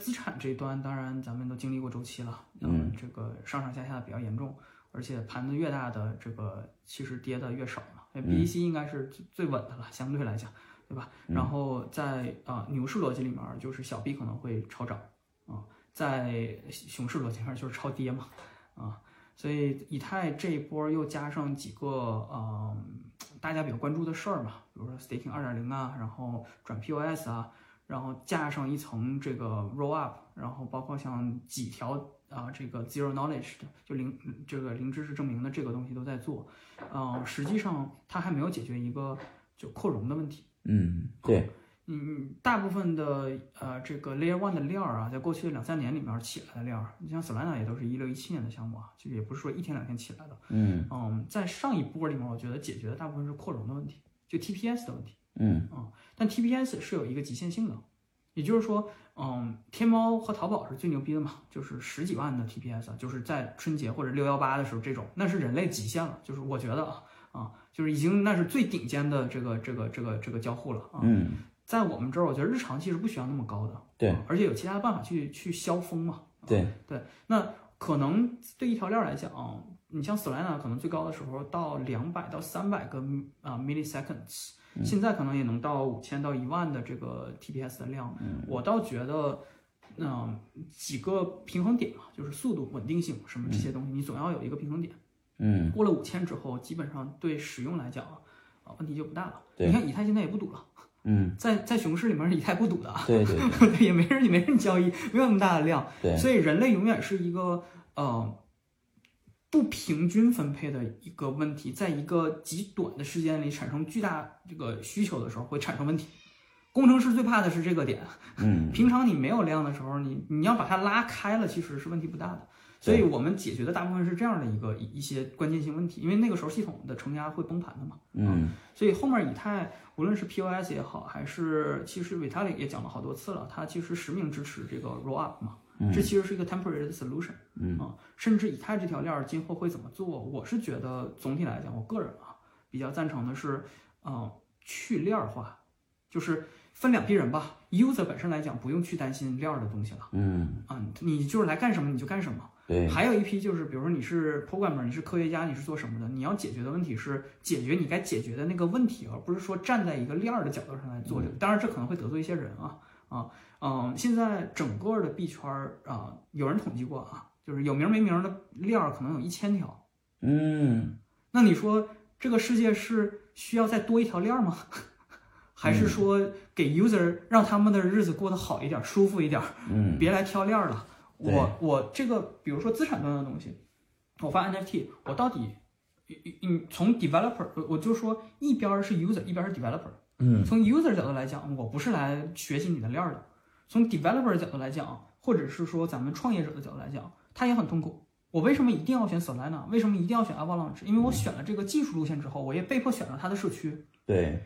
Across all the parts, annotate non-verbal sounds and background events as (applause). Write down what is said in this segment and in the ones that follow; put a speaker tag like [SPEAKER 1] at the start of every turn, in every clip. [SPEAKER 1] 资产这一端，当然咱们都经历过周期了，那么这个上上下下比较严重，而且盘子越大的这个其实跌的越少嘛。那 B E C 应该是最最稳的了，相对来讲，对吧？然后在啊、牛市逻辑里面，就是小 B 可能会超涨啊、在熊市逻辑里面就是超跌嘛啊、所以以太这一波又加上几个呃大家比较关注的事儿嘛，比如说 staking 二点零啊，然后转 POS 啊，然后架上一层这个 roll up，然后包括像几条啊、这个 zero knowledge 的就零这个零知识证明的这个东西都在做，呃，实际上它还没有解决一个就扩容的问题。
[SPEAKER 2] 嗯，对，
[SPEAKER 1] 嗯，大部分的呃这个 Layer One 的料儿啊，在过去的两三年里面起来的料儿，你像 Solana 也都是一六一七年的项目啊，就也不是说一天两天起来的。
[SPEAKER 2] 嗯
[SPEAKER 1] 嗯，在上一波里面，我觉得解决的大部分是扩容的问题，就 TPS 的问题。
[SPEAKER 2] 嗯
[SPEAKER 1] 但 TPS 是有一个极限性的，哦也就是说，嗯，天猫和淘宝是最牛逼的嘛，就是十几万的 TPS，啊就是在春节或者六幺八的时候，这种那是人类极限了，就是我觉得啊啊，就是已经那是最顶尖的这个这个这个这个交互了啊。
[SPEAKER 2] 嗯，
[SPEAKER 1] 在我们这儿，我觉得日常其实不需要那么高的，
[SPEAKER 2] 对
[SPEAKER 1] 啊，而且有其他的办法去去消峰嘛。
[SPEAKER 2] 对，
[SPEAKER 1] 那可能对一条链儿来讲，你像 Solana 可能最高的时候到两百到三百个啊、milliseconds，、现在可能也能到五千到一万的这个 TPS 的量。我倒觉得，嗯、几个平衡点嘛，啊就是速度、稳定性什么这些东西，你总要有一个平衡点。
[SPEAKER 2] 嗯
[SPEAKER 1] 过了五千之后，基本上对使用来讲啊，啊问题就不大了。
[SPEAKER 2] 对
[SPEAKER 1] 你看以太现在也不赌了，
[SPEAKER 2] 嗯，
[SPEAKER 1] 在在熊市里面，以太不赌的啊，
[SPEAKER 2] 对对
[SPEAKER 1] (laughs)
[SPEAKER 2] 对
[SPEAKER 1] 也没人也没人交易，没有那么大的量。
[SPEAKER 2] 对，
[SPEAKER 1] 所以人类永远是一个呃不平均分配的一个问题，在一个极短的时间里产生巨大这个需求的时候会产生问题。工程师最怕的是这个点，
[SPEAKER 2] 嗯
[SPEAKER 1] 平常你没有量的时候，你你要把它拉开了，其实是问题不大的。所以我们解决的大部分是这样的一个一一些关键性问题，因为那个时候系统的承压会崩盘的嘛。
[SPEAKER 2] 嗯
[SPEAKER 1] 所以后面以太无论是 POS 也好，还是其实 Vitalik 也讲了好多次了，它其实实名支持这个 roll up 嘛，这其实是一个 temporary 的 solution
[SPEAKER 2] 嗯
[SPEAKER 1] 啊。甚至以太这条链儿今后会怎么做，我是觉得总体来讲，我个人啊比较赞成的是，呃，去链儿化，就是分两批人吧。user 本身来讲，不用去担心链儿的东西了，
[SPEAKER 2] 嗯，
[SPEAKER 1] 嗯，你就是来干什么你就干什么。
[SPEAKER 2] 对，
[SPEAKER 1] 还有一批就是，比如说你是 programmer，你是科学家，你是做什么的？你要解决的问题是解决你该解决的那个问题，而不是说站在一个链儿的角度上来做这个。当然，这可能会得罪一些人啊啊嗯！现在整个的币圈儿啊，有人统计过啊，就是有名没名的链儿可能有一千条。
[SPEAKER 2] 嗯
[SPEAKER 1] 那你说这个世界是需要再多一条链儿吗？ (laughs) 还是说给 user 让他们的日子过得好一点儿、舒服一点儿？
[SPEAKER 2] 嗯
[SPEAKER 1] 别来挑链儿了。
[SPEAKER 2] 对
[SPEAKER 1] 我我这个，比如说资产端的东西，我发 NFT，我到底，你你从 developer，我我就说一边儿是 user，一边儿是 developer。
[SPEAKER 2] 嗯
[SPEAKER 1] 从 user 角度来讲，我不是来学习你的链儿的；从 developer 角度来讲，或者是说咱们创业者的角度来讲，他也很痛苦。我为什么一定要选 Solana？为什么一定要选 Avalanche？因为我选了这个技术路线之后，我也被迫选了它的社区。
[SPEAKER 2] 对，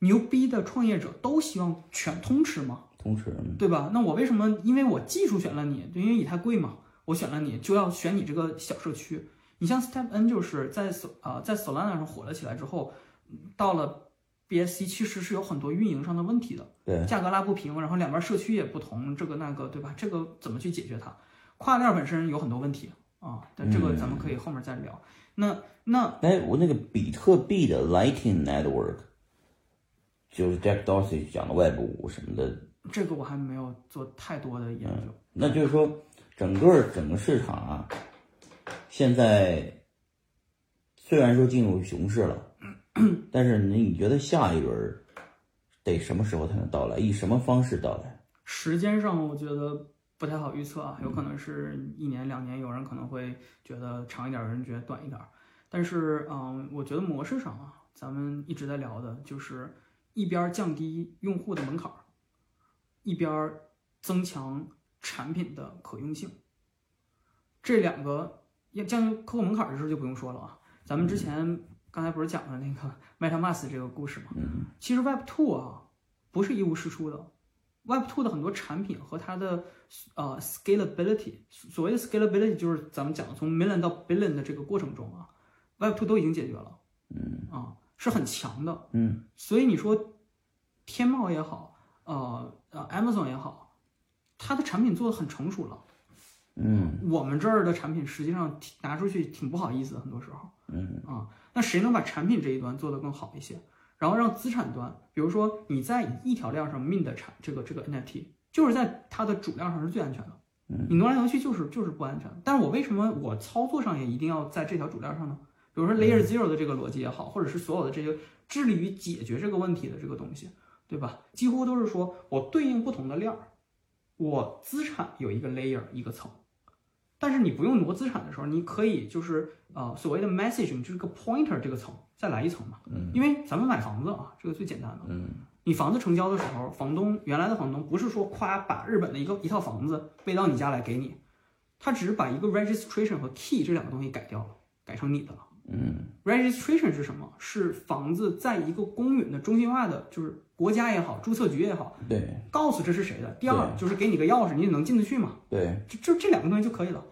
[SPEAKER 1] 牛逼的创业者都希望全通吃吗？
[SPEAKER 2] 同时
[SPEAKER 1] 对吧？那我为什么？因为我技术选了你，对因为以太贵嘛，我选了你就要选你这个小社区。你像 Step N 就是在索啊、在 Solana 上火了起来之后，嗯到了 BSC 其实是有很多运营上的问题的，
[SPEAKER 2] 对
[SPEAKER 1] 价格拉不平，然后两边社区也不同，这个那个，对吧？这个怎么去解决它？跨链本身有很多问题啊，但这个咱们可以后面再聊。那那
[SPEAKER 2] 哎，我那个比特币的 Lightning Network，就是 Jack Dorsey 讲的 Web 五什么的，
[SPEAKER 1] 这个我还没有做太多的研究。
[SPEAKER 2] 那就是说，整个整个市场啊，现在虽然说进入熊市了，但是你你觉得下一轮儿得什么时候才能到来？以什么方式到来？
[SPEAKER 1] 时间上我觉得不太好预测啊，有可能是一年两年，有人可能会觉得长一点，有人觉得短一点。但是，嗯，我觉得模式上啊，咱们一直在聊的就是一边儿降低用户的门槛儿，一边儿增强产品的可用性。这两个要降低客户门槛儿的事儿就不用说了啊，咱们之前刚才不是讲了那个 (laughs) MetaMask 这个故事吗？
[SPEAKER 2] 嗯
[SPEAKER 1] 其实 Web Two 啊，不是一无是处的。Web Two 的很多产品和它的呃 scalability，所谓的 scalability 就是咱们讲的从 million 到 billion 的这个过程中啊，Web Two 都已经解决了
[SPEAKER 2] 嗯
[SPEAKER 1] 啊，是很强的。
[SPEAKER 2] 嗯
[SPEAKER 1] 所以你说天猫也好，呃呃 Amazon 也好，它的产品做的很成熟了。
[SPEAKER 2] 嗯
[SPEAKER 1] 我们这儿的产品实际上挺拿出去挺不好意思的，很多时候。
[SPEAKER 2] 嗯
[SPEAKER 1] 啊，那谁能把产品这一端做得更好一些，然后让资产端，比如说你在一条链上 mint 的产这个这个 NFT，就是在它的主链上是最安全的。你挪来挪去就是就是不安全。但是我为什么我操作上也一定要在这条主链上呢？比如说 Layer Zero 的这个逻辑也好，或者是所有的这些致力于解决这个问题的这个东西，对吧？几乎都是说我对应不同的链儿，我资产有一个 layer 一个层，但是你不用挪资产的时候，你可以就是呃所谓的 messaging 就是个 pointer 这个层再来一层嘛，
[SPEAKER 2] 嗯
[SPEAKER 1] 因为咱们买房子啊，这个最简单的，
[SPEAKER 2] 嗯
[SPEAKER 1] 你房子成交的时候，房东原来的房东不是说夸把日本的一个一套房子背到你家来给你，他只是把一个 registration 和 key 这两个东西改掉了，改成你的了。
[SPEAKER 2] 嗯
[SPEAKER 1] registration 是什么？是房子在一个公允的中心化的，就是国家也好，注册局也好，
[SPEAKER 2] 嗯，对
[SPEAKER 1] 告诉这是谁的。第二就是给你个钥匙，你也能进得去嘛，
[SPEAKER 2] 对，
[SPEAKER 1] 就就这两个东西就可以了，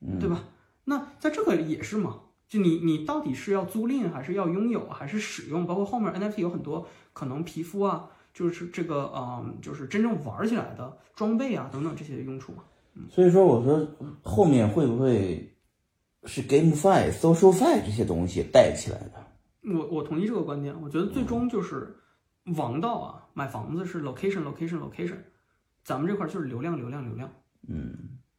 [SPEAKER 2] 嗯
[SPEAKER 1] 对吧？那在这个也是嘛，就你你到底是要租赁还是要拥有还是使用，包括后面 NFT 有很多可能皮肤啊，就是这个嗯，就是真正玩起来的装备啊等等这些用处嘛。
[SPEAKER 2] 所以说我说后面会不会是 GameFi、SocialFi 这些东西带起来的？
[SPEAKER 1] 我我同意这个观点，我觉得最终就是王道啊，买房子是 location location location，咱们这块就是流量流量流量，
[SPEAKER 2] 嗯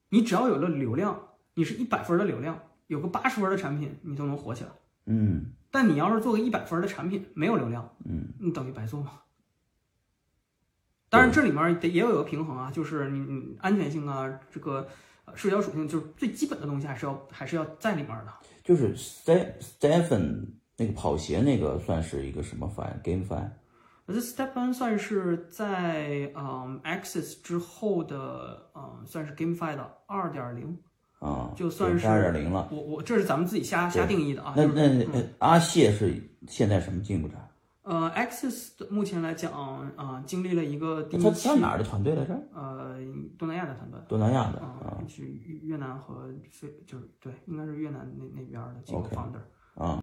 [SPEAKER 1] 你只要有了流量，你是一百分的流量，有个八十分的产品，你都能火起来。
[SPEAKER 2] 嗯
[SPEAKER 1] 但你要是做个一百分的产品，没有流量，
[SPEAKER 2] 嗯
[SPEAKER 1] 你等于白做嘛。当然，这里面得也有一个平衡啊，就是你你安全性啊，这个呃社交属性，就是最基本的东西还是要还是要在里面的。
[SPEAKER 2] 就是 Ste Stephen 那个跑鞋那个算是一个什么 Fi？GameFi？
[SPEAKER 1] 我觉得 Step One 算是在嗯 Access 之后的嗯算是 GameFi 的二点零，
[SPEAKER 2] 啊，
[SPEAKER 1] 就算是
[SPEAKER 2] 二点零了。
[SPEAKER 1] 我我这是咱们自己瞎瞎定义的啊。
[SPEAKER 2] 啊那
[SPEAKER 1] 就是
[SPEAKER 2] 那那阿谢是现在什么进度的？
[SPEAKER 1] 呃 Access 的目前来讲啊、呃经历了一个第
[SPEAKER 2] 他
[SPEAKER 1] 一期
[SPEAKER 2] 他哪儿的团队来着？
[SPEAKER 1] 呃东南亚的团队。
[SPEAKER 2] 东南亚的
[SPEAKER 1] 啊
[SPEAKER 2] 啊，
[SPEAKER 1] 是越越南和菲，就是对，应该是越南那那边儿的几个
[SPEAKER 2] OK
[SPEAKER 1] founder。
[SPEAKER 2] 啊。